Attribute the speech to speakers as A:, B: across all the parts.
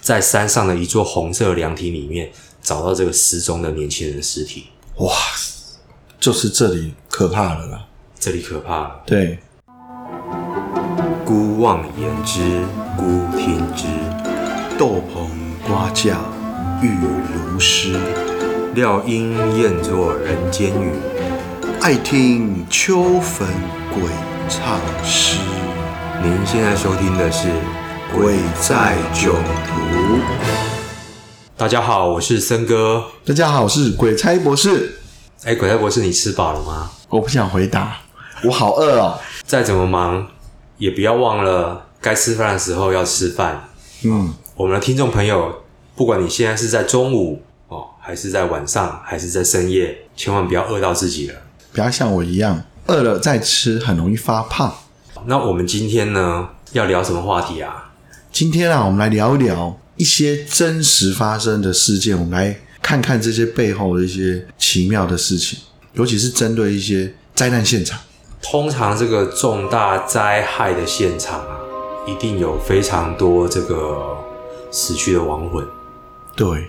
A: 在山上的一座红色凉亭里面找到这个失踪的年轻人的尸体，
B: 哇，就是这里可怕了啦。
A: 这里可怕了。
B: 对，
A: 孤望言之，孤听之。
B: 豆棚瓜架玉如诗，
A: 料应厌作人间语，
B: 爱听秋坟鬼唱诗。
A: 您现在收听的是《
B: 鬼在囧途》。
A: 大家好，我是森哥。
B: 大家好，我是鬼差博士。
A: 哎，鬼太博士，你吃饱了吗？
B: 我不想回答，我好饿哦。
A: 再怎么忙，也不要忘了该吃饭的时候要吃饭。
B: 嗯，
A: 我们的听众朋友，不管你现在是在中午哦，还是在晚上，还是在深夜，千万不要饿到自己了。
B: 不要像我一样，饿了再吃很容易发胖。
A: 那我们今天呢，要聊什么话题啊？
B: 今天啊，我们来聊一聊一些真实发生的事件，我们来看看这些背后的一些奇妙的事情，尤其是针对一些灾难现场。
A: 通常这个重大灾害的现场啊，一定有非常多这个死去的亡魂。
B: 对，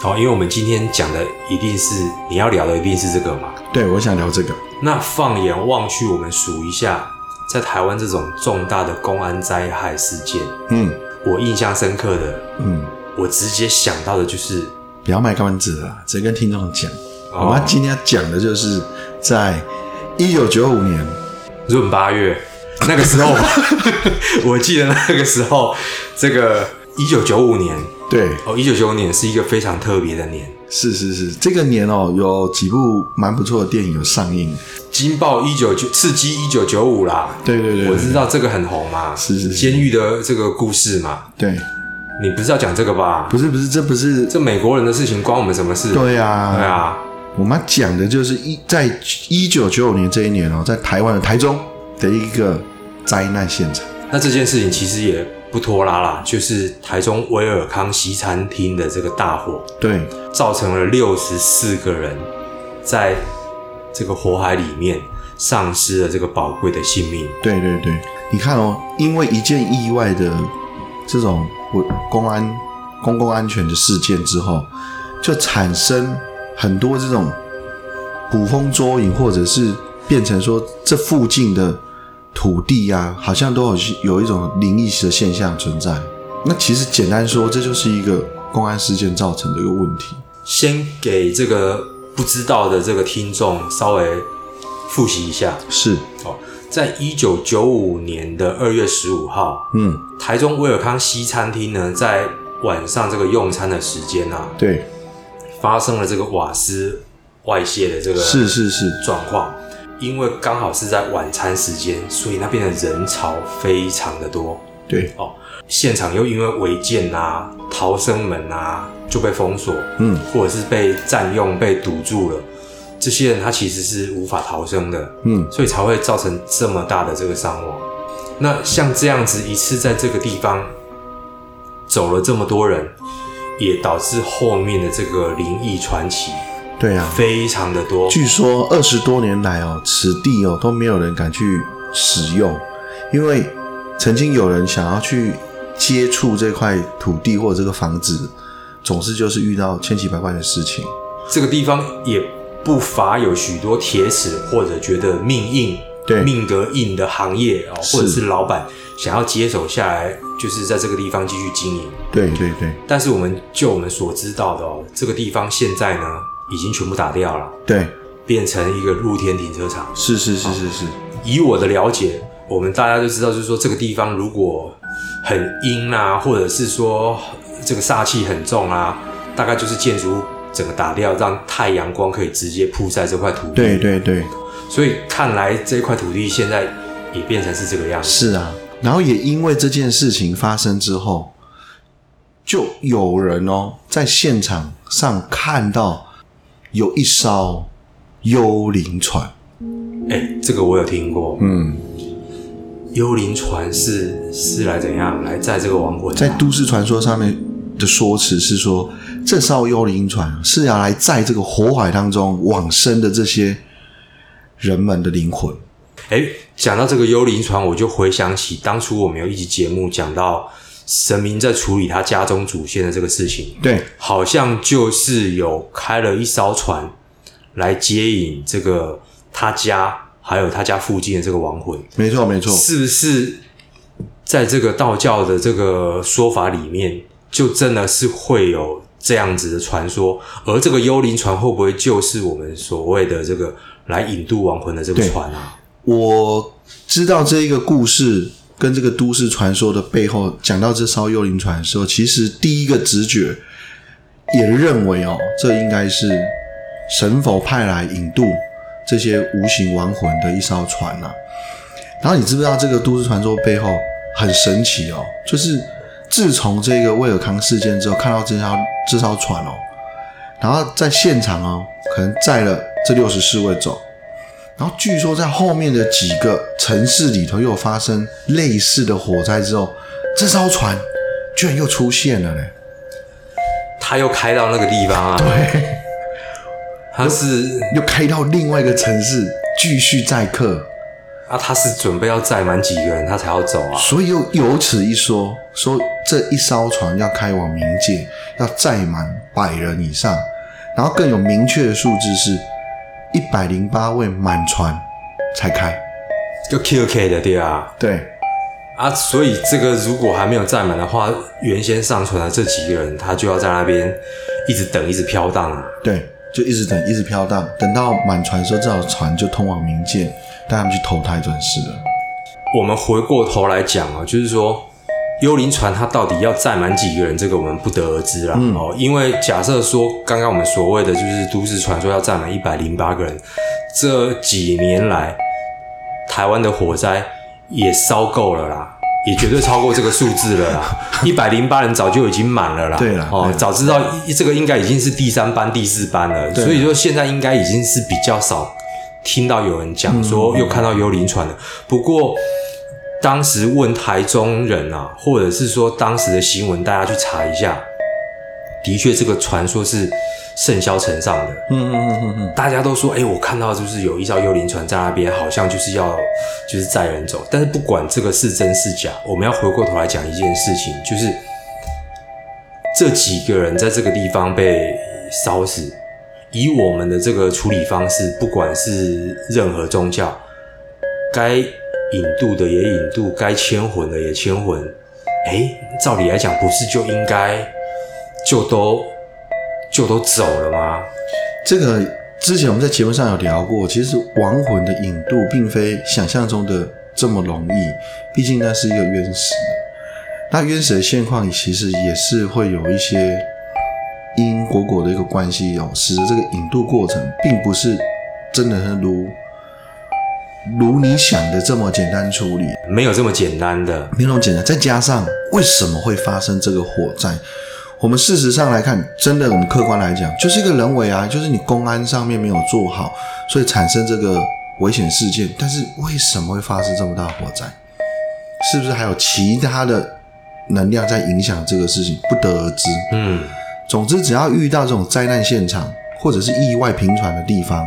A: 好、因为我们今天讲的一定是你要聊的，一定是这个嘛。
B: 对，我想聊这个。
A: 那放眼望去，我们数一下，在台湾这种重大的公安灾害事件，
B: 嗯
A: 我印象深刻的，
B: 嗯，
A: 我直接想到的就是
B: 不要卖关子了啦，直接跟听众讲。
A: 哦
B: 我们今天要讲的就是在一九九五年，
A: 闰八月那个时候， 我记得那个时候，这个一九九五年
B: 对，
A: 哦，一九九五年是一个非常特别的年，
B: 是是是，这个年哦，有几部蛮不错的电影有上映。
A: 惊爆一九九，刺激一九九五啦。
B: 对对对，
A: 我知道这个很红嘛，
B: 是是是
A: 监狱的这个故事嘛，
B: 对，
A: 你不是要讲这个吧？
B: 不是不是，这不是
A: 这美国人的事情关我们什么事？
B: 对
A: 对啊，
B: 我们讲的就是一在一九九九年这一年哦，在台湾的台中的一个灾难现场。
A: 那这件事情其实也不拖拉啦，就是台中威尔康西餐厅的这个大火，
B: 对，
A: 造成了六十四个人在这个火海里面丧失了这个宝贵的性命。
B: 对对对，你看哦，因为一件意外的这种我公安公共安全的事件之后，就产生很多这种捕风捉影，或者是变成说这附近的土地啊，好像都有有一种灵异的现象存在。那其实简单说，这就是一个公安事件造成的一个问题。
A: 先给这个不知道的这个听众稍微复习一下
B: 是，
A: 哦，在一九九五年的二月十五号，
B: 嗯，
A: 台中威尔康西餐厅呢，在晚上这个用餐的时间啊，
B: 对，
A: 发生了这个瓦斯外泄的这个
B: 是是是，
A: 状况，因为刚好是在晚餐时间，所以那边的人潮非常的多。
B: 对，
A: 现场又因为违建啊、逃生门啊就被封锁，
B: 嗯，
A: 或者是被占用、被堵住了，这些人他其实是无法逃生的，
B: 嗯，
A: 所以才会造成这么大的这个伤亡。那像这样子一次在这个地方走了这么多人，也导致后面的这个灵异传奇
B: 对啊。
A: 非常的多。
B: 据说二十多年来哦，此地哦都没有人敢去使用，因为曾经有人想要去接触这块土地或者这个房子，总是就是遇到千奇百怪的事情。
A: 这个地方也不乏有许多铁齿或者觉得命硬、
B: 对
A: 命格硬的行业哦，
B: 是
A: 或者是老板想要接手下来，就是在这个地方继续经营。
B: 对对对
A: 但是我们就我们所知道的哦，这个地方现在呢已经全部打掉了，
B: 对，
A: 变成一个露天停车场。
B: 是是是是是，
A: 以我的了解，我们大家就知道，就是说这个地方如果很阴啊，或者是说这个煞气很重啊，大概就是建筑物整个打掉，让太阳光可以直接铺在这块土地。
B: 对，对对，
A: 所以看来这块土地现在也变成是这个样子。
B: 是啊。然后也因为这件事情发生之后，就有人哦在现场上看到有一艘幽灵船，
A: 哎、这个我有听过，
B: 嗯。
A: 幽灵船是是来怎样来载这个亡魂、啊？
B: 在都市传说上面的说辞是说，这艘幽灵船是要来载这个火海当中往生的这些人们的灵魂。
A: 哎，讲到这个幽灵船，我就回想起当初我们有一集节目讲到神明在处理他家中祖先的这个事情，
B: 对，
A: 好像就是有开了一艘船来接引这个他家还有他家附近的这个亡魂，
B: 没错没错，
A: 是不是在这个道教的这个说法里面，就真的是会有这样子的传说？而这个幽灵船会不会就是我们所谓的这个来引渡亡魂的这个
B: 对
A: 船啊？
B: 我知道这一个故事跟这个都市传说的背后，讲到这艘幽灵船的时候，其实第一个直觉也认为哦，这应该是神佛派来引渡这些无形亡魂的一艘船呐、然后你知不知道这个都市传说背后很神奇哦？就是自从这个威尔康事件之后，看到这艘这艘船哦，然后在现场哦，可能载了这六十四位走，然后据说在后面的几个城市里头又发生类似的火灾之后，这艘船居然又出现了呢。
A: 他又开到那个地方啊？对，他是
B: 又开到另外一个城市继续载客，
A: 啊，他是准备要载满几个人，他才要走啊？
B: 所以又有此一说，说这一艘船要开往冥界，要载满百人以上，然后更有明确的数字是一百零八位满船才开。
A: 就 QK 的对啊。
B: 对，
A: 啊，所以这个如果还没有载满的话，原先上船的这几个人，他就要在那边一直等，一直飘荡啊。
B: 对，就一直等，一直飘荡，等到满船的时候，这条船就通往冥界，带他们去投胎转世了。
A: 我们回过头来讲啊，就是说幽灵船它到底要载满几个人，这个我们不得而知啦。
B: 嗯
A: 哦，因为假设说刚刚我们所谓的就是都市传说要载满一百零八个人，这几年来台湾的火灾也烧够了啦。也绝对超过这个数字了 啦，一百零八人早就已经满了啦。
B: 对啦
A: 哦
B: 对，啦
A: 早知道一这个应该已经是第三班、第四班了，
B: 对啦
A: 所以说现在应该已经是比较少听到有人讲说又看到幽灵船了。不过当时问台中人啊，或者是说当时的新闻，大家去查一下，的确这个传说是盛嚣尘上的。
B: 嗯嗯嗯嗯嗯，
A: 大家都说，哎、我看到就是有一艘幽灵船在那边，好像就是要就是载人走。但是不管这个是真是假，我们要回过头来讲一件事情，就是这几个人在这个地方被烧死，以我们的这个处理方式，不管是任何宗教，该引渡的也引渡，该迁魂的也迁魂。哎、照理来讲，不是就应该就都就都走了吗？
B: 这个之前我们在节目上有聊过，其实亡魂的引渡并非想象中的这么容易，毕竟那是一个冤死。那冤死的现况其实也是会有一些因因果果的一个关系哦，使得这个引渡过程并不是真的是如如你想的这么简单处理。
A: 没有这么简单的。
B: 没有那么简单。再加上为什么会发生这个火灾？我们事实上来看，真的，我们客观来讲，就是一个人为啊，就是你公安上面没有做好，所以产生这个危险事件。但是为什么会发生这么大的火灾？是不是还有其他的能量在影响这个事情？不得而知。
A: 嗯，
B: 总之，只要遇到这种灾难现场或者是意外频传的地方，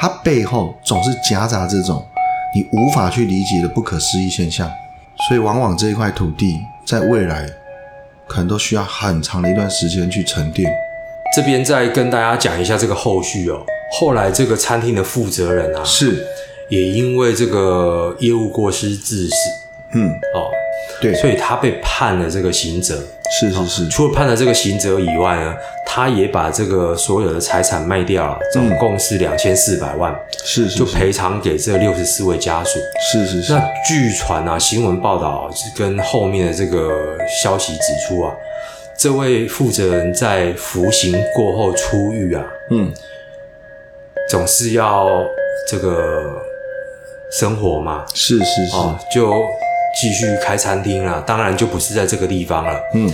B: 它背后总是夹杂这种你无法去理解的不可思议现象，所以往往这一块土地在未来可能都需要很长的一段时间去沉淀。
A: 这边再跟大家讲一下这个后续哦。后来这个餐厅的负责人啊，
B: 是，
A: 也因为这个业务过失致死
B: 嗯，
A: 哦，
B: 对，
A: 所以他被判了这个刑责。
B: 是是是，
A: 除了判了这个刑责以外呢，他也把这个所有的财产卖掉了，总共是两千四百万，
B: 嗯是是
A: 就赔哦偿给这六十四位家属。
B: 是是是
A: 那，据传啊，新闻报道、啊、是跟后面的这个消息指出啊，这位负责人在服刑过后出狱啊，
B: 嗯，
A: 总是要这个生活嘛，
B: 是是是，
A: 哦，就继续开餐厅啦、当然就不是在这个地方了，
B: 嗯，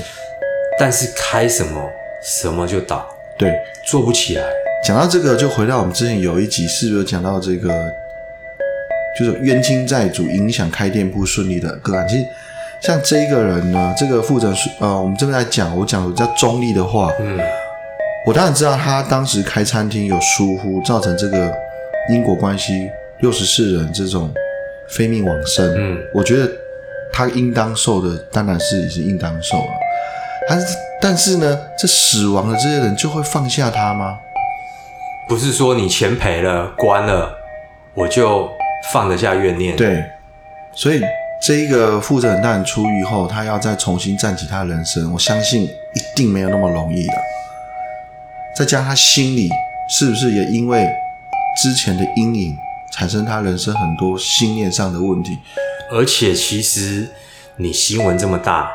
A: 但是开什么什么就倒，
B: 对。
A: 做不起来。
B: 讲到这个，就回到我们之前有一集，是不是有讲到这个，就是冤亲债主影响开店不顺利的个案？其实像这一个人呢，这个负责人是呃，我们这边来讲，呃我讲比较中立的话，
A: 嗯，
B: 我当然知道他当时开餐厅有疏忽，造成这个因果关系六十四人这种非命往生，
A: 嗯，
B: 我觉得他应当受的当然是已经应当受了。但是但是呢，这死亡的这些人就会放下他吗？
A: 不是说你钱赔了、关了，我就放得下怨念。，
B: 对，所以这一个负责人大人出狱后，他要再重新站起他的人生，我相信一定没有那么容易的。再加上他心里是不是也因为之前的阴影，产生他人生很多心念上的问题？
A: 而且其实你新闻这么大，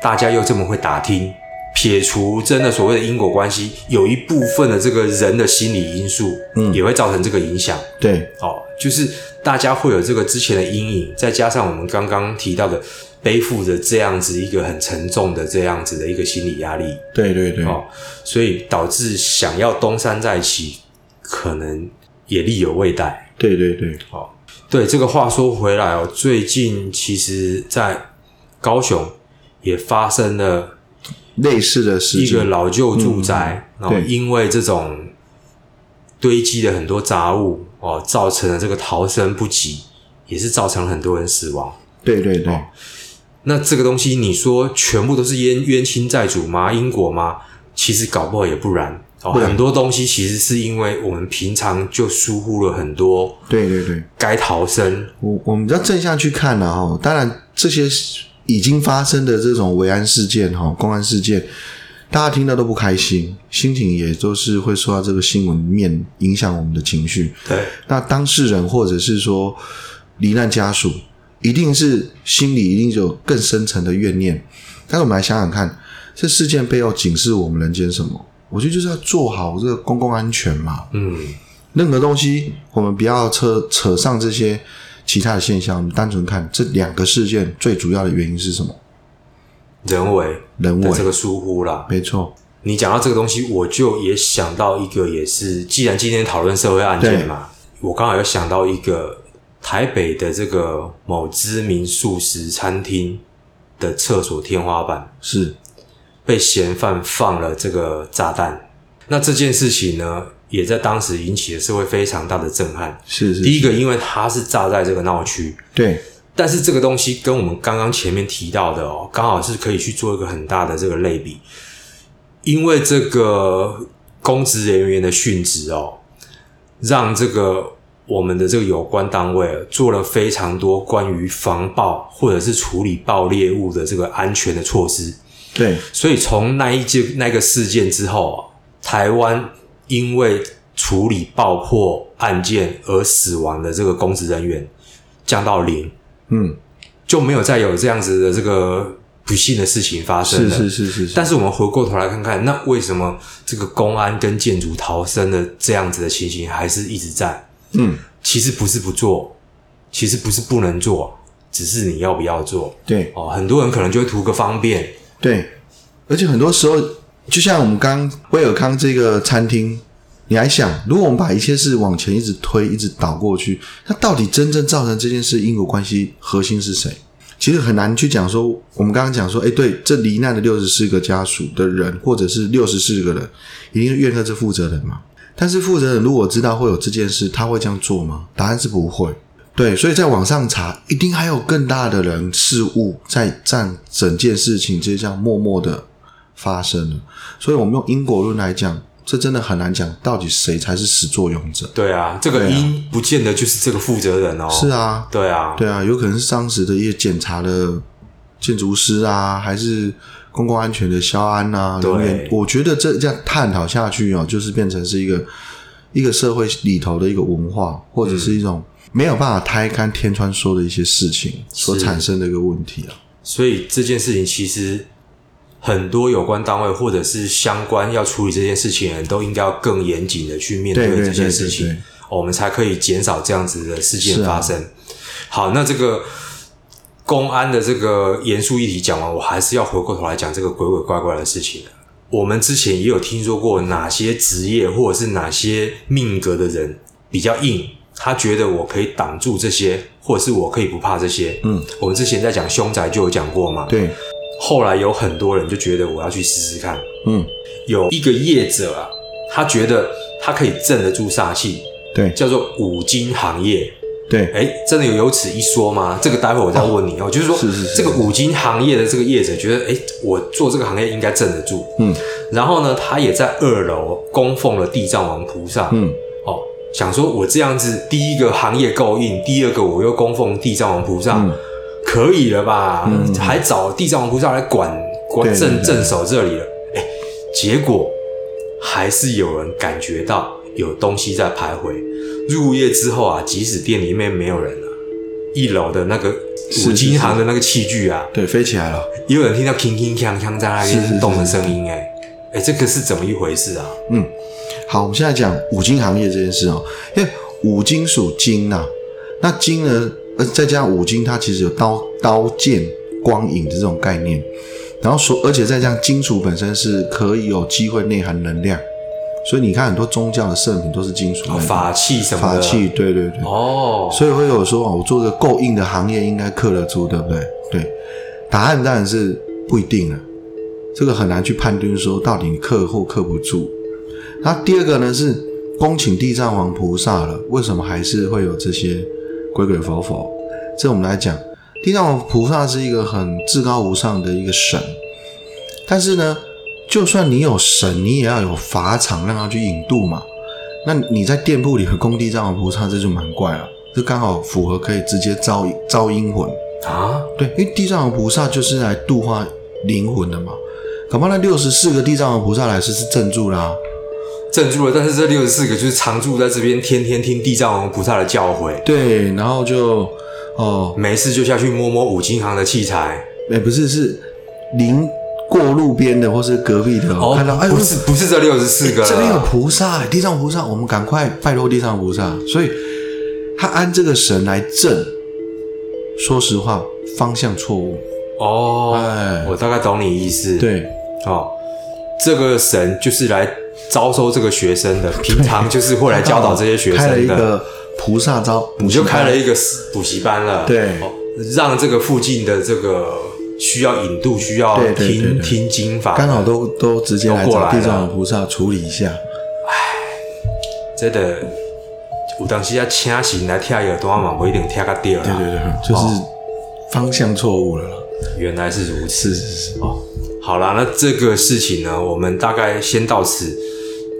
A: 大家又这么会打听，撇除真的所谓的因果关系，有一部分的这个人的心理因素，
B: 嗯
A: 也会造成这个影响。
B: 对，
A: 哦，就是大家会有这个之前的阴影，再加上我们刚刚提到的，背负着这样子一个很沉重的这样子的一个心理压力，
B: 对对对，
A: 哦，所以导致想要东山再起，可能也力有未逮。
B: 对对对，
A: 对，这个话说回来哦，最近其实，在高雄也发生了
B: 类似的事
A: 一个
B: 情，
A: 老旧住宅，
B: 嗯
A: 然后
B: 对
A: 因为这种堆积了很多杂物哦，造成了这个逃生不及，也是造成了很多人死亡。
B: 对对对
A: 哦，那这个东西，你说全部都是冤冤亲债主吗？因果吗？其实搞不好也不然哦。
B: 不然
A: 很多东西其实是因为我们平常就疏忽了很多
B: 对对对。
A: 该逃生，
B: 我我们要正向去看了、哈，当然这些已经发生的这种维安事件哈、公安事件，大家听到都不开心，心情也都是会受到这个新闻面影响我们的情绪。
A: 对，
B: 那当事人或者是说罹难家属，一定是心里一定有更深层的怨念。但是我们来想想看，这事件背后警示我们人间什么？我觉得就是要做好这个公共安全嘛。
A: 嗯，
B: 任何东西，我们不要扯扯上这些其他的现象，我们单纯看这两个事件最主要的原因是什么？
A: 人为
B: 人为，
A: 的这个疏忽啦。
B: 没错，
A: 你讲到这个东西，我就也想到一个，也是既然今天讨论社会案件嘛，我刚好有想到一个台北的这个某知名素食餐厅的厕所天花板
B: 是
A: 被嫌犯放了这个炸弹，那这件事情呢，也在当时引起了社会非常大的震撼。
B: 是是，
A: 第一个，因为它是炸在这个闹区，
B: 对
A: 但是这个东西跟我们刚刚前面提到的哦，刚好是可以去做一个很大的这个类比，因为这个公职人员的殉职哦，让这个我们的这个有关单位啊做了非常多关于防爆或者是处理爆裂物的这个安全的措施，
B: 对
A: 所以从那一件那个事件之后啊，台湾因为处理爆破案件而死亡的这个公职人员降到零，
B: 嗯，
A: 就没有再有这样子的这个不幸的事情发生
B: 是
A: 了。
B: 是是是是，
A: 但是我们回过头来看看，那为什么这个公安跟建筑逃生的这样子的情形还是一直在？
B: 嗯，
A: 其实不是不做，其实不是不能做，只是你要不要做
B: 对
A: 哦。很多人可能就会图个方便，
B: 对，而且很多时候，就像我们刚威尔康这个餐厅，你还想，如果我们把一切事往前一直推，一直倒过去，那到底真正造成这件事因果关系核心是谁？其实很难去讲说，我们刚刚讲说，哎，对，这罹难的六十四个家属的人，或者是六十四个人，一定是怨恨这负责人嘛？但是负责人如果知道会有这件事，他会这样做吗？答案是不会。对，所以在网上查，一定还有更大的人事物在占整件事情就这样默默的发生了。所以，我们用因果论来讲，这真的很难讲到底谁才是始作俑者。
A: 对啊，这个
B: 对啊
A: 因不见得就是这个负责人哦。
B: 是，啊，
A: 对啊，
B: 对啊，有可能是当时的一些检查的建筑师啊，还是公共安全的消安啊，
A: 对
B: 人员。我觉得这这样探讨下去哦，就是变成是一个一个社会里头的一个文化，或者是一种没有办法拆开天川说的一些事情
A: 嗯
B: 所
A: 是嗯
B: 产生的一个问题啊。
A: 所以这件事情其实很多有关单位或者是相关要处理这件事情的人都应该要更严谨的去面
B: 对对
A: 这
B: 对
A: 件
B: 对
A: 事情，
B: 对
A: 哦我们才可以减少这样子的事件
B: 是啊
A: 发生。好，那这个公安的这个严肃议题讲完，我还是要回过头来讲这个鬼鬼怪怪的事情啊了。我们之前也有听说过哪些职业或者是哪些命格的人比较硬，他觉得我可以挡住这些，或者是我可以不怕这些。
B: 嗯，
A: 我们之前在讲凶宅就有讲过嘛。
B: 对，
A: 后来有很多人就觉得我要去试试看。
B: 嗯，
A: 有一个业者啊，他觉得他可以镇得住煞气，
B: 对，
A: 叫做五金行业。
B: 对，
A: 哎，真的有有此一说吗？这个待会我再问你哦。就是说，
B: 是是是
A: 这个五金行业的这个业者觉得，哎，我做这个行业应该镇得住。
B: 嗯
A: 然后呢，他也在二楼供奉了地藏王菩萨。
B: 嗯，
A: 哦，想说我这样子，第一个行业够硬，第二个我又供奉地藏王菩萨，
B: 嗯
A: 可以了吧？
B: 嗯
A: 还找地藏王菩萨来管
B: 对
A: 管
B: 对
A: 镇
B: 对
A: 镇守这里了。哎，结果还是有人感觉到有东西在徘徊。入夜之后啊，即使店里面没有人啊，一楼的那个
B: 是
A: 五
B: 是是
A: 金行的那个器具啊，
B: 对，飞起来了。
A: 也有人听到铿铿锵锵在那
B: 是是是
A: 边动的声音、哎，哎，这个是怎么一回事啊？
B: 好，我们现在讲五金行业这件事哦，因为五金属金呐、那金呢，呃，再加上五金，它其实有刀、刀剑、光影的这种概念，然后所而且再加上金属本身是可以有机会内含能量，所以你看很多宗教的圣品都是金属
A: 哦
B: 类的
A: 法器什么
B: 法
A: 的，
B: 器，对对对，
A: 哦，
B: 所以会有说哦，我做个够硬的行业应该克得住，对不对？对，答案当然是不一定了，这个很难去判定说到底你克或克不住。那第二个呢是恭请地藏王菩萨了，为什么还是会有这些鬼鬼佛佛？这我们来讲，地藏王菩萨是一个很至高无上的一个神，但是呢，就算你有神，你也要有法场让他去引渡嘛。那你在店铺里和工地藏王菩萨，这就蛮怪了，这刚好符合可以直接招招阴魂。
A: 啊，
B: 对，因为地藏王菩萨就是来度化灵魂的嘛。恐怕那六十四个地藏王菩萨来是是镇住啦、
A: 镇住了，但是这六十四个就是常住在这边，天天听地藏王菩萨的教诲，
B: 对，然后就哦，
A: 没事就下去摸摸五金行的器材。
B: 哎、不是是临过路边的或是隔壁的，
A: 哦
B: 看到，哎，
A: 不是不是这六十四个了，
B: 这边有菩萨，地藏菩萨，我们赶快拜托地藏菩萨。所以他按这个神来镇，说实话方向错误。哎
A: 哦，我大概懂你意思。，
B: 对，
A: 哦，这个神就是来招收这个学生的，平常就是会来教导这些学
B: 开了一
A: 生的。
B: 个菩萨招，
A: 你就开了一个补习班了，
B: 对
A: 哦，让这个附近的这个需要引渡、需要
B: 对对对对
A: 听听经法的，
B: 刚好都都直接来
A: 啊都过
B: 找
A: 来
B: 地
A: 了
B: 藏菩萨处理一下。
A: 真的，有当时要啊请神来听耳朵嘛，我一定听啊个对啦。哦
B: 对对对，就是方向错误了啦。
A: 原来是如此。
B: 是是是，
A: 哦，好啦，那这个事情呢，我们大概先到此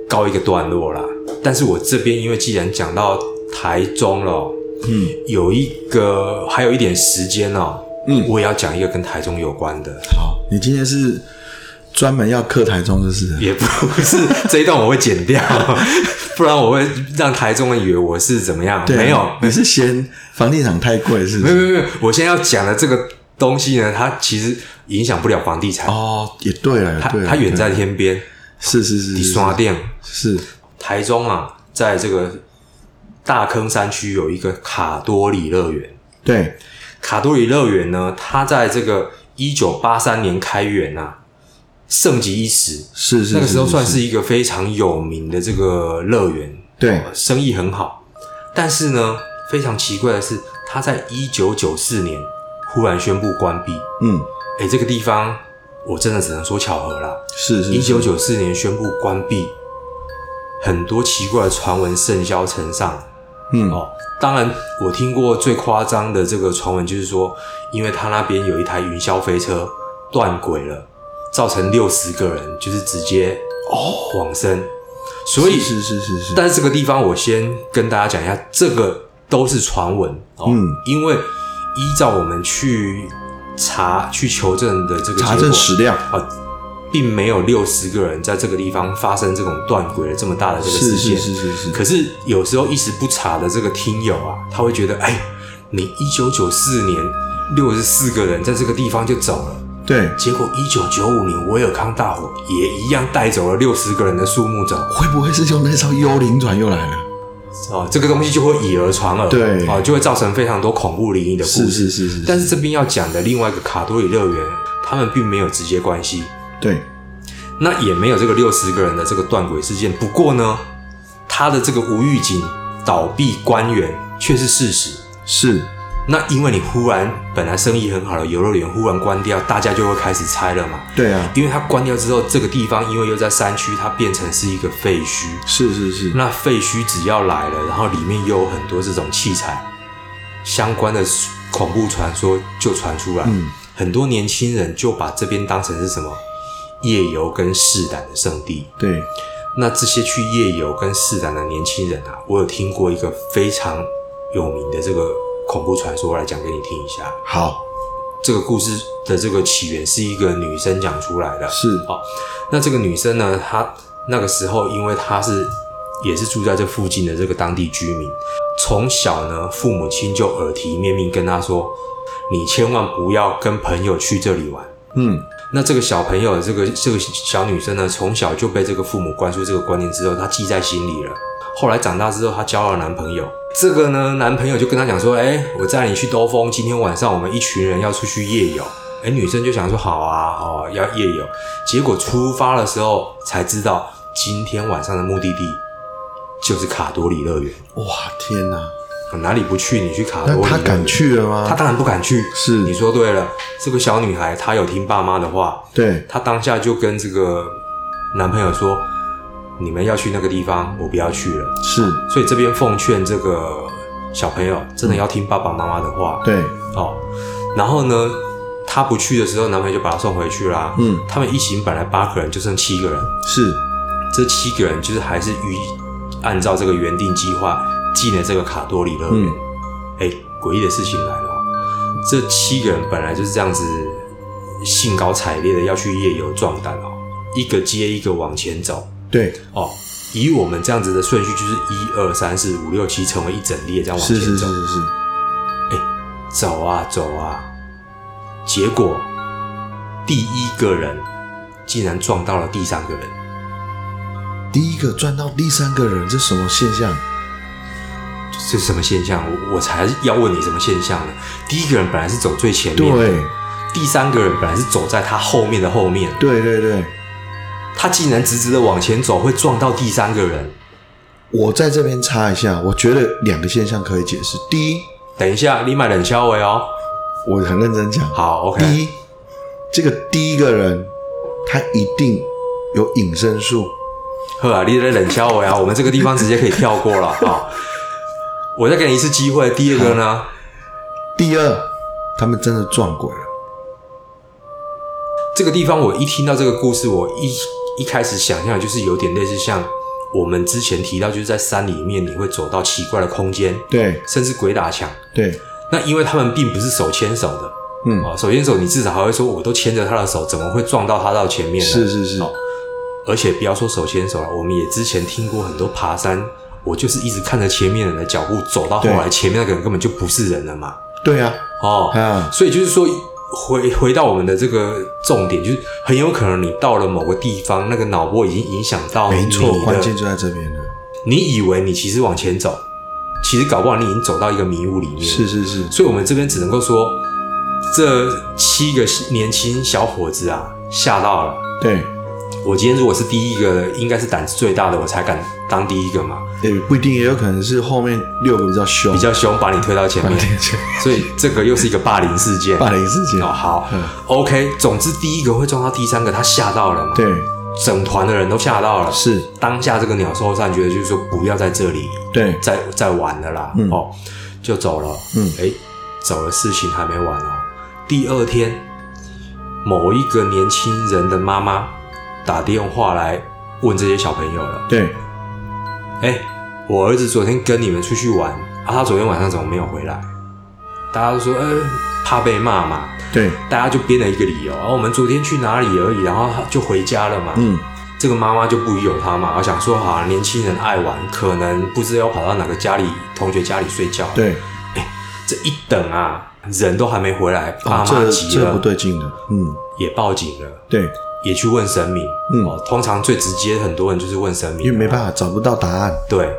A: 告一个段落啦。但是我这边因为既然讲到台中了，
B: 嗯，
A: 有一个还有一点时间哦，
B: 嗯
A: 我也要讲一个跟台中有关的，
B: 好，你今天是专门要克台中就是了。
A: 也不是 这一段我会剪掉， 不然我会让台中人以为我是怎么样，
B: 对啊
A: 没有，
B: 你是嫌房地产太贵是不
A: 没有
B: 是？
A: 没有没有，我现在要讲的这个东西呢，它其实影响不了房地产，
B: 哦，也对了，也
A: 它
B: 对了，
A: 它远在
B: 对了
A: 天边，
B: 是是是
A: 你
B: 是
A: 刷店。
B: 是
A: 台中啊，在这个大坑山区有一个卡多里乐园。
B: 对，
A: 卡多里乐园呢，它在这个一九八三年开园啊，盛极一时。
B: 是是
A: 那个时候算
B: 是
A: 是一个非常有名的这个乐园，
B: 对
A: 呃生意很好。但是呢，非常奇怪的是，它在一九九四年忽然宣布关闭。
B: 嗯
A: 哎，这个地方我真的只能说巧合啦。
B: 是是
A: 一九
B: 是
A: 九四年宣布关闭，很多奇怪的传闻甚嚣尘上。
B: 嗯
A: 哦，当然，我听过最夸张的这个传闻就是说，因为他那边有一台云霄飞车断轨了，造成六十个人就是直接哦往生，所以，
B: 是是是是是
A: 但是这个地方我先跟大家讲一下，这个都是传闻哦，
B: 嗯
A: 因为依照我们去查去求证的这个
B: 查
A: 结
B: 证
A: 果
B: 史料
A: 啊，并没有六十个人在这个地方发生这种断轨的这么大的这个
B: 是
A: 事
B: 是
A: 件。
B: 是是是
A: 可是有时候一时不查的这个听友啊，他会觉得，哎，你一九九四年六十四个人在这个地方就走了，
B: 对，
A: 结果一九九五年维尔康大火也一样带走了六十个人的数目走。
B: 会不会是用那艘幽灵船又来了？
A: 哦，这个东西就会以讹传讹，
B: 对
A: 啊、就会造成非常多恐怖灵异的故事。
B: 是是是是，
A: 但是这边要讲的另外一个卡多里乐园，他们并没有直接关系，
B: 对
A: 那也没有这个六十个人的这个断轨事件。不过呢，他的这个无预警倒闭官员却是事实。
B: 是
A: 那因为你忽然本来生意很好的游乐园忽然关掉，大家就会开始猜了嘛。
B: 对啊，
A: 因为它关掉之后，这个地方因为又在山区，它变成是一个废墟。
B: 是是是
A: 那废墟只要来了，然后里面又有很多这种器材，相关的恐怖传说就传出来，
B: 嗯
A: 很多年轻人就把这边当成是什么夜游跟试胆的圣地。
B: 对，
A: 那这些去夜游跟试胆的年轻人啊，我有听过一个非常有名的这个恐怖传说，我来讲给你听一下。
B: 好，
A: 这个故事的这个起源是一个女生讲出来的。
B: 是
A: 哦，那这个女生呢，她那个时候因为她是也是住在这附近的这个当地居民，从小呢父母亲就耳提面命跟她说，你千万不要跟朋友去这里玩。
B: 嗯，
A: 那这个小朋友，这个这个小女生呢，从小就被这个父母灌输这个观念之后，她记在心里了。后来长大之后，她交了男朋友。这个呢，男朋友就跟她讲说：“哎、我载你去兜风，今天晚上我们一群人要出去夜游。哎，女生就想说：“好啊，哦，要夜游。”结果出发的时候才知道，今天晚上的目的地就是卡多里乐园。
B: 哇，天哪，
A: 哪里不去？你去卡多里
B: 那
A: 乐园？
B: 他敢去了
A: 她
B: 吗？
A: 当然不敢去。
B: 是
A: 你说对了，这个小女孩她有听爸妈的话，
B: 对，
A: 她当下就跟这个男朋友说：“你们要去那个地方，我不要去了。
B: 是，”
A: 所以这边奉劝这个小朋友，真的要听爸爸妈妈的话
B: 对，
A: 哦。然后呢，她不去的时候，男朋友就把她送回去啦。
B: 嗯，
A: 他们一行本来八个人，就剩七个人，
B: 是，
A: 这七个人就是还是依按照这个原定计划进了这个卡多里乐园
B: 嗯。
A: 哎、诡异的事情来了、哦，这七个人本来就是这样子兴高采烈的要去夜游壮胆哦，一个接一个往前走
B: 对，
A: 哦。以我们这样子的顺序，就是一二三四五六七，成为一整列这样往前
B: 是
A: 走。
B: 是是是是，
A: 走啊走啊，结果第一个人竟然撞到了第三个人。
B: 第一个转到第三个人，这什么现象？
A: 这是什么现象？我我才要问你什么现象呢？第一个人本来是走最前面，
B: 对，
A: 第三个人本来是走在他后面的后面，
B: 对对对，
A: 他竟然直直的往前走，会撞到第三个人。
B: 我在这边插一下，我觉得两个现象可以解释。第一，
A: 等一下，你买冷消维哦。
B: 我很认真讲，
A: 好，OK，
B: 第一，这个第一个人他一定有隐身术，
A: 呵啊，你在冷消维啊，我们这个地方直接可以跳过了啊、好我再给你一次机会。第二个呢，
B: 第二，他们真的撞鬼了。
A: 这个地方我一听到这个故事，我一一开始想象的就是有点类似像我们之前提到，就是在山里面你会走到奇怪的空间，
B: 对
A: 甚至鬼打墙。
B: 对，
A: 那因为他们并不是手牵手的，
B: 嗯，
A: 哦，手牵手你至少还会说，我都牵着他的手，怎么会撞到他到前面呢？
B: 是是是，
A: 好而且不要说手牵手了，我们也之前听过很多爬山，我就是一直看着前面人的脚步，走到后来
B: 对
A: 前面那个人根本就不是人了嘛。
B: 对啊，
A: 哦，
B: 啊，
A: 所以就是说，回回到我们的这个重点，就是很有可能你到了某个地方，那个脑波已经影响到
B: 没错
A: 你，的
B: 关键就在这边了。
A: 你以为你其实往前走，其实搞不好你已经走到一个迷雾里面。
B: 是是是，
A: 所以我们这边只能够说，这七个年轻小伙子啊，吓到了。
B: 对，
A: 我今天如果是第一个，应该是胆子最大的，我才敢当第一个嘛，
B: 也不一定，也有可能是后面六个比较凶，
A: 比较凶，把你推到前
B: 霸凌
A: 面。 所以这个又是一个霸凌事件。
B: 霸凌事件
A: 哦，。好
B: 嗯
A: ，OK。总之，第一个会撞到第三个，他吓到了嘛，
B: 对，
A: 整团的人都吓到了。
B: 是，
A: 当下这个鸟兽散觉得就是说不要在这里
B: 对，
A: 再再玩了啦，
B: 嗯
A: 哦，就走了。
B: 嗯
A: 哎，走了，事情还没完哦。第二天，某一个年轻人的妈妈打电话来问这些小朋友了，
B: 对，
A: 哎，我儿子昨天跟你们出去玩，啊，他昨天晚上怎么没有回来？大家都说，呃，怕被骂嘛，
B: 对，
A: 大家就编了一个理由，啊，我们昨天去哪里而已，然后他就回家了嘛。
B: 嗯，
A: 这个妈妈就不疑有他嘛，我想说啊，年轻人爱玩，可能不知道要跑到哪个家里同学家里睡觉。，
B: 对，
A: 这一等啊，人都还没回来，爸妈
B: 啊，这
A: 急
B: 这
A: 了，
B: 不对劲的，嗯，
A: 也报警了，
B: 对，
A: 也去问神明。
B: 嗯
A: 哦，通常最直接，很多人就是问神明，
B: 因为没办法找不到答案，
A: 对，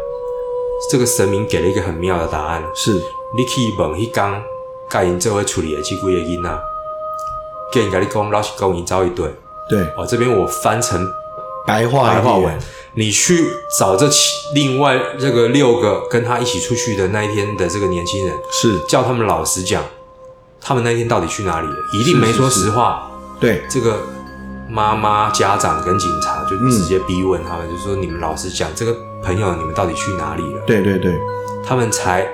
A: 这个神明给了一个很妙的答案：
B: 是
A: 你去问迄天甲因做伙处理的这几个囡仔，叫因甲你讲，老实讲，因走一对。
B: 对，
A: 哦，这边我翻成
B: 白话
A: 白话
B: 一
A: 文
B: 点，，
A: 你去找这七另外这个六个跟他一起出去的那一天的这个年轻人，
B: 是，
A: 叫他们老实讲，他们那天到底去哪里了？一定
B: 是
A: 没说
B: 是是
A: 实话。
B: 对，
A: 这个妈妈、家长跟警察就直接逼问他们，就说你们老实讲，这个朋友你们到底去哪里了？
B: 对对对，
A: 他们才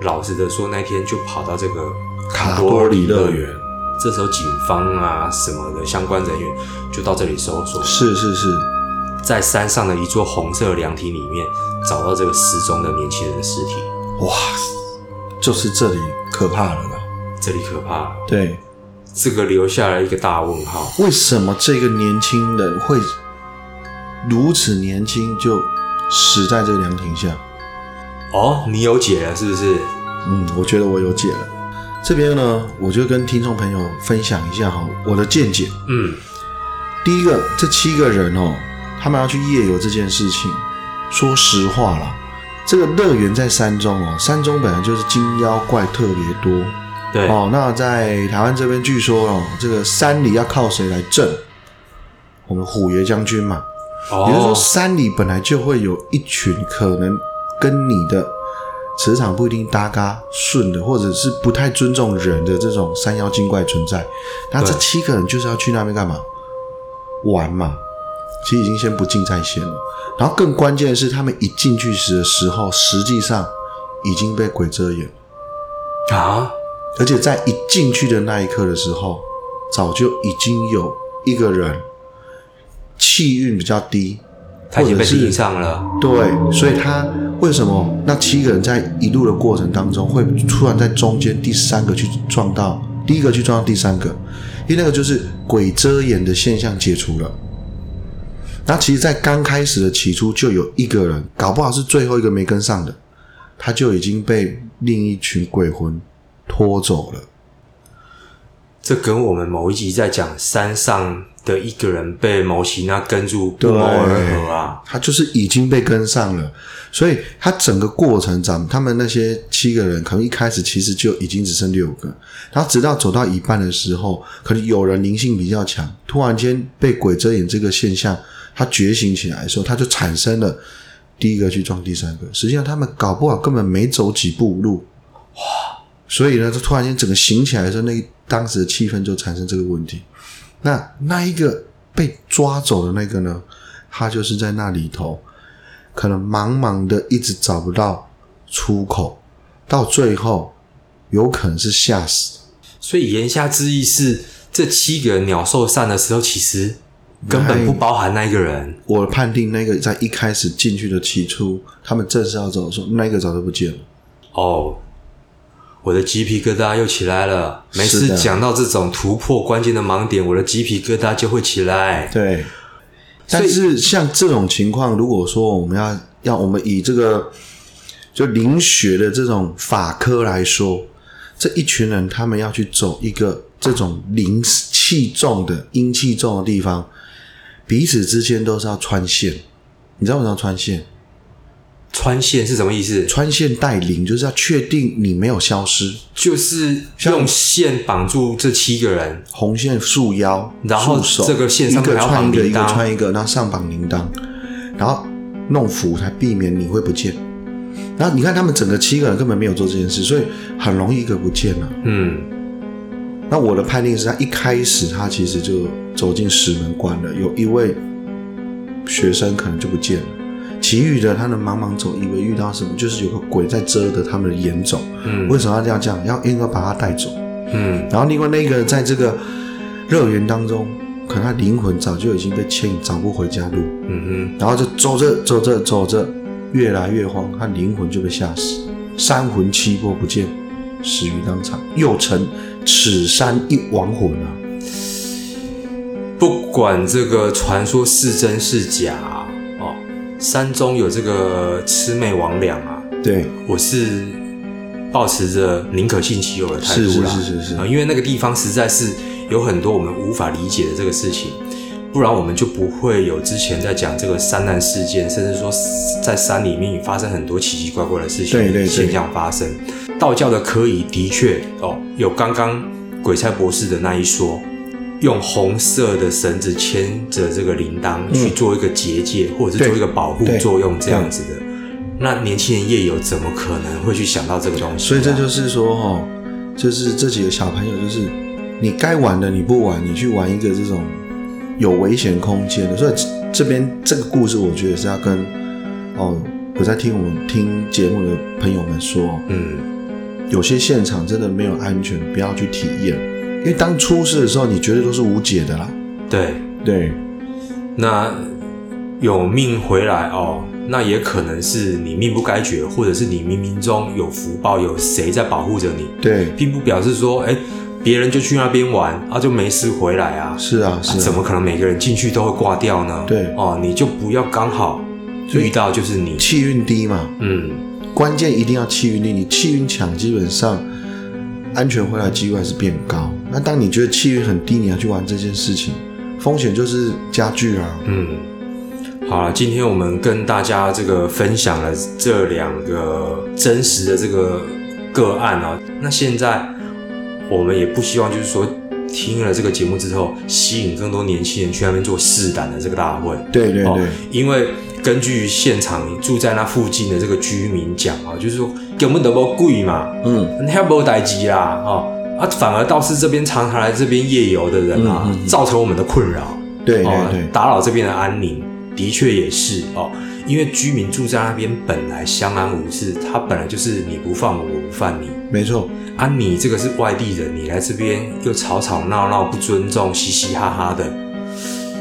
A: 老实的说，那天就跑到这个
B: 卡多里乐园。
A: 这时候警方啊什么的相关人员就到这里搜索，
B: 是是是，
A: 在山上的一座红色凉亭里面找到这个失踪的年轻人的尸体，
B: 哇，就是这里可怕了啦。
A: 这里可怕了，
B: 对，
A: 这个留下了一个大问号。
B: 为什么这个年轻人会如此年轻就死在这个凉亭下？
A: 哦，你有解了是不是？
B: 嗯，我觉得我有解了。这边呢，我就跟听众朋友分享一下哈我的见解。
A: 嗯，
B: 第一个，这七个人哦，他们要去夜游这件事情，说实话啦，这个乐园在山中哦，山中本来就是精妖怪特别多
A: 对，
B: 哦。那在台湾这边，据说哦，这个山里要靠谁来镇？我们虎爷将军嘛，
A: 哦
B: 也就是说，山里本来就会有一群可能跟你的磁场不一定搭嘎顺的，或者是不太尊重人的这种山妖精怪存在。那这
A: 对
B: 七个人就是要去那边干嘛？玩嘛。其实已经先不进在先了。然后更关键的是，他们一进去时的时候，实际上已经被鬼遮眼了，
A: 啊，
B: 而且在一进去的那一刻的时候，早就已经有一个人气运比较低，
A: 他已经被
B: 或者是
A: 盯上了，
B: 对，所以他为什么那七个人在一路的过程当中，会突然在中间第三个去撞到第一个去撞到第三个？因为那个就是鬼遮眼的现象解除了。那其实，在刚开始的起初，就有一个人，搞不好是最后一个没跟上的，他就已经被另一群鬼魂拖走了。
A: 这跟我们某一集在讲山上的一个人被某奇那跟住不
B: 对
A: 谋而合啊。
B: 他就是已经被跟上了，所以他整个过程，咱们他们那些七个人，可能一开始其实就已经只剩六个，然后直到走到一半的时候，可能有人灵性比较强，突然间被鬼遮眼这个现象，他觉醒起来的时候，他就产生了第一个去撞第三个，实际上他们搞不好根本没走几步路，哇！所以呢，他突然间整个醒起来的时候，那一当时的气氛就产生这个问题。那那一个被抓走的那个呢，他就是在那里头，可能茫茫的一直找不到出口，到最后有可能是吓死。
A: 所以言下之意是，这七个人鸟兽散的时候，其实根本不包含那一个人。
B: 我判定那个在一开始进去的起初，他们正式要走的时候，那个早就不见了。
A: 哦，我的鸡皮疙瘩又起来了。每
B: 是
A: 次
B: 的
A: 讲到这种突破关键的盲点，我的鸡皮疙瘩就会起来。
B: 对，但是像这种情况，如果说我们要要我们以这个就灵学的这种法科来说，这一群人他们要去走一个这种灵气重的阴气重的地方，彼此之间都是要穿线。你知道为什么要穿线？
A: 穿线是什么意思？
B: 穿线带灵就是要确定你没有消失，
A: 就是用线绑住这七个人。
B: 红线束腰，
A: 然后
B: 束手
A: 这个线上
B: 一个
A: 面还要
B: 穿一
A: 绑
B: 个，一
A: 铃铛
B: 个穿一个，然后上绑铃铛，然后弄符才避免你会不见。然后你看他们整个七个人根本没有做这件事，所以很容易一个不见了、
A: 嗯，
B: 那我的判定是他一开始他其实就走进石门关了，有一位学生可能就不见了，其余的他们茫茫走，以为遇到什么，就是有个鬼在遮着他们的眼走。
A: 嗯
B: 为什么要这样讲？要应该把他带走。
A: 嗯，
B: 然后另外那个在这个乐园当中，可能他灵魂早就已经被牵引，找不回家路，
A: 嗯
B: 然后就走着走着走着，越来越慌，他灵魂就被吓死，三魂七魄不见，死于当场，又成此山一亡魂啊！
A: 哼，不管这个传说是真是假哦，山中有这个魑魅魍魉啊，
B: 对，
A: 我是保持着宁可信其有的态度啦，
B: 是是是是是
A: 啊因为那个地方实在是有很多我们无法理解的这个事情，不然我们就不会有之前在讲这个山难事件，甚至说在山里面发生很多奇奇怪怪的事情
B: 对对对
A: 现象发生。道教的科仪的确哦，有刚刚鬼差博士的那一说。用红色的绳子牵着这个铃铛去做一个结界，或者是
B: 嗯对
A: 做一个保护
B: 对
A: 作用这样子的。那年轻人夜游怎么可能会去想到这个东西啊、
B: 所以这就是说哈、哦，就是这几个小朋友，就是你该玩的你不玩，你去玩一个这种有危险空间的。所以这这边这个故事，我觉得是要跟哦，我在听我们听节目的朋友们说，
A: 嗯，
B: 有些现场真的没有安全，不要去体验，因为当出事的时候，你绝对都是无解的啦。
A: 对，
B: 对，
A: 那有命回来哦，那也可能是你命不该绝，或者是你冥冥中有福报，有谁在保护着你，
B: 对，
A: 并不表示说，哎，别人就去那边玩啊，就没事回来啊。
B: 是啊，
A: 啊
B: 是啊，
A: 怎么可能每个人进去都会挂掉呢？
B: 对
A: 哦，你就不要刚好
B: 所以
A: 遇到就是你，
B: 气运低嘛？
A: 嗯，
B: 关键一定要气运力，你气运强，基本上安全回来的机会还是变高。那当你觉得气运很低，你要去玩这件事情，风险就是加剧啊。
A: 嗯，好了，今天我们跟大家这个分享了这两个真实的这个个案啊，那现在我们也不希望就是说听了这个节目之后，吸引更多年轻人去那边做试胆的这个大会，
B: 对对对，
A: 哦，因为根据现场住在那附近的这个居民讲啊，就是说根本都不贵嘛，
B: 嗯，
A: 那还没代机啦，哦，啊，反而倒是这边常常来这边夜游的人啊，
B: 嗯嗯嗯
A: 造成我们的困扰，
B: 对
A: 哦
B: 对，对，
A: 打扰这边的安宁，的确也是哦，因为居民住在那边本来相安无事，他本来就是你不犯我，我不犯你，
B: 没错，
A: 啊，你这个是外地人，你来这边又吵吵闹闹、不尊重、嘻嘻哈哈的，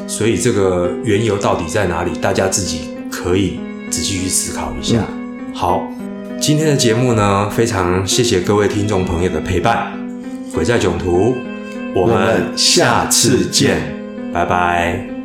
A: 所以这个缘由到底在哪里？大家自己可以仔细去思考一下。
B: 嗯
A: 好，今天的节目呢，非常谢谢各位听众朋友的陪伴，《鬼在囧途》，我
B: 我们
A: 们下
B: 下次
A: 次见，拜拜。